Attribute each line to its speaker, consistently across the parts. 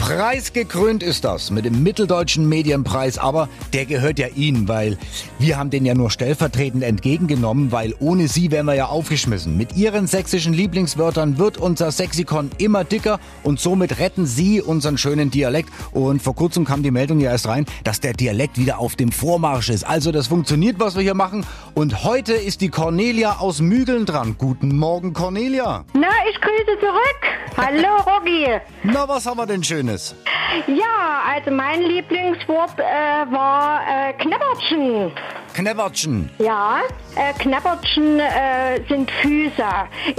Speaker 1: Preisgekrönt ist das mit dem Mitteldeutschen Medienpreis, aber der gehört ja Ihnen, weil wir haben den ja nur stellvertretend entgegengenommen, weil ohne Sie wären wir ja aufgeschmissen. Mit Ihren sächsischen Lieblingswörtern wird unser Sexikon immer dicker und somit retten Sie unseren schönen Dialekt. Und vor kurzem kam die Meldung ja erst rein, dass der Dialekt wieder auf dem Vormarsch ist. Also das funktioniert, was wir hier machen. Und heute ist die Cornelia aus Mügeln dran. Guten Morgen, Cornelia.
Speaker 2: Na, ich grüße zurück. Hallo, Rogi.
Speaker 1: Na, was haben wir denn Schönes?
Speaker 2: Ja, also mein Lieblingswort äh, war äh, Knäppertchen.
Speaker 1: Knäppertchen.
Speaker 2: Ja, äh, Knäppertchen äh, sind Füße.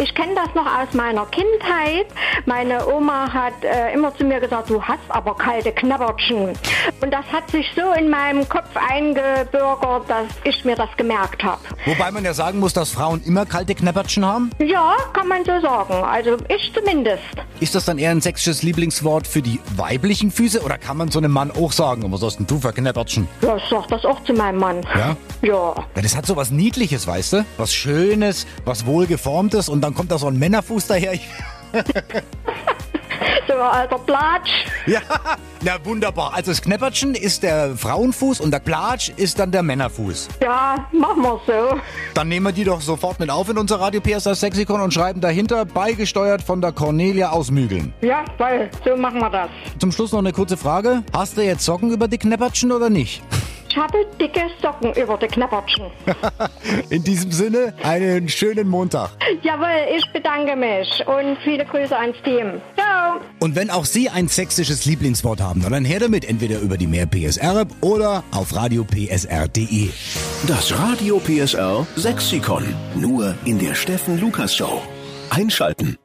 Speaker 2: Ich kenne das noch aus meiner Kindheit. Meine Oma hat äh, immer zu mir gesagt, du hast aber kalte Knäppertchen. Und das hat sich so in meinem Kopf eingebürgert, dass ich mir das gemerkt habe.
Speaker 1: Wobei man ja sagen muss, dass Frauen immer kalte Knäppertchen haben.
Speaker 2: Ja, kann man so sagen. Also ich zumindest.
Speaker 1: Ist das dann eher ein sächsisches Lieblingswort für die weiblichen Füße oder kann man so einem Mann auch sagen, aber was hast denn du für Knäppertchen?
Speaker 2: Ja, ich sag das auch zu meinem Mann.
Speaker 1: Ja?
Speaker 2: Ja.
Speaker 1: Ja, das hat so was Niedliches, weißt du? Was Schönes, was Wohlgeformtes und dann kommt da so ein Männerfuß daher.
Speaker 2: So ein alter Platsch.
Speaker 1: ja, na wunderbar. Also das Knäppertchen ist der Frauenfuß und der Platsch ist dann der Männerfuß.
Speaker 2: Ja, machen wir so.
Speaker 1: Dann nehmen wir die doch sofort mit auf in unser Radio PSA Sexikon und schreiben dahinter, beigesteuert von der Cornelia aus Mügeln.
Speaker 2: Ja, toll. So machen wir das.
Speaker 1: Zum Schluss noch eine kurze Frage. Hast du jetzt Socken über die Knäppertchen oder nicht?
Speaker 2: Ich habe dicke Socken über die Knäppertchen.
Speaker 1: In diesem Sinne, einen schönen Montag.
Speaker 2: Jawohl, ich bedanke mich und viele Grüße ans Team. Ciao.
Speaker 1: Und wenn auch Sie ein sächsisches Lieblingswort haben, dann her damit, entweder über die Mehr PSR oder auf radiopsr.de.
Speaker 3: Das Radio PSR Sexikon. Nur in der Steffen Lukas Show. Einschalten.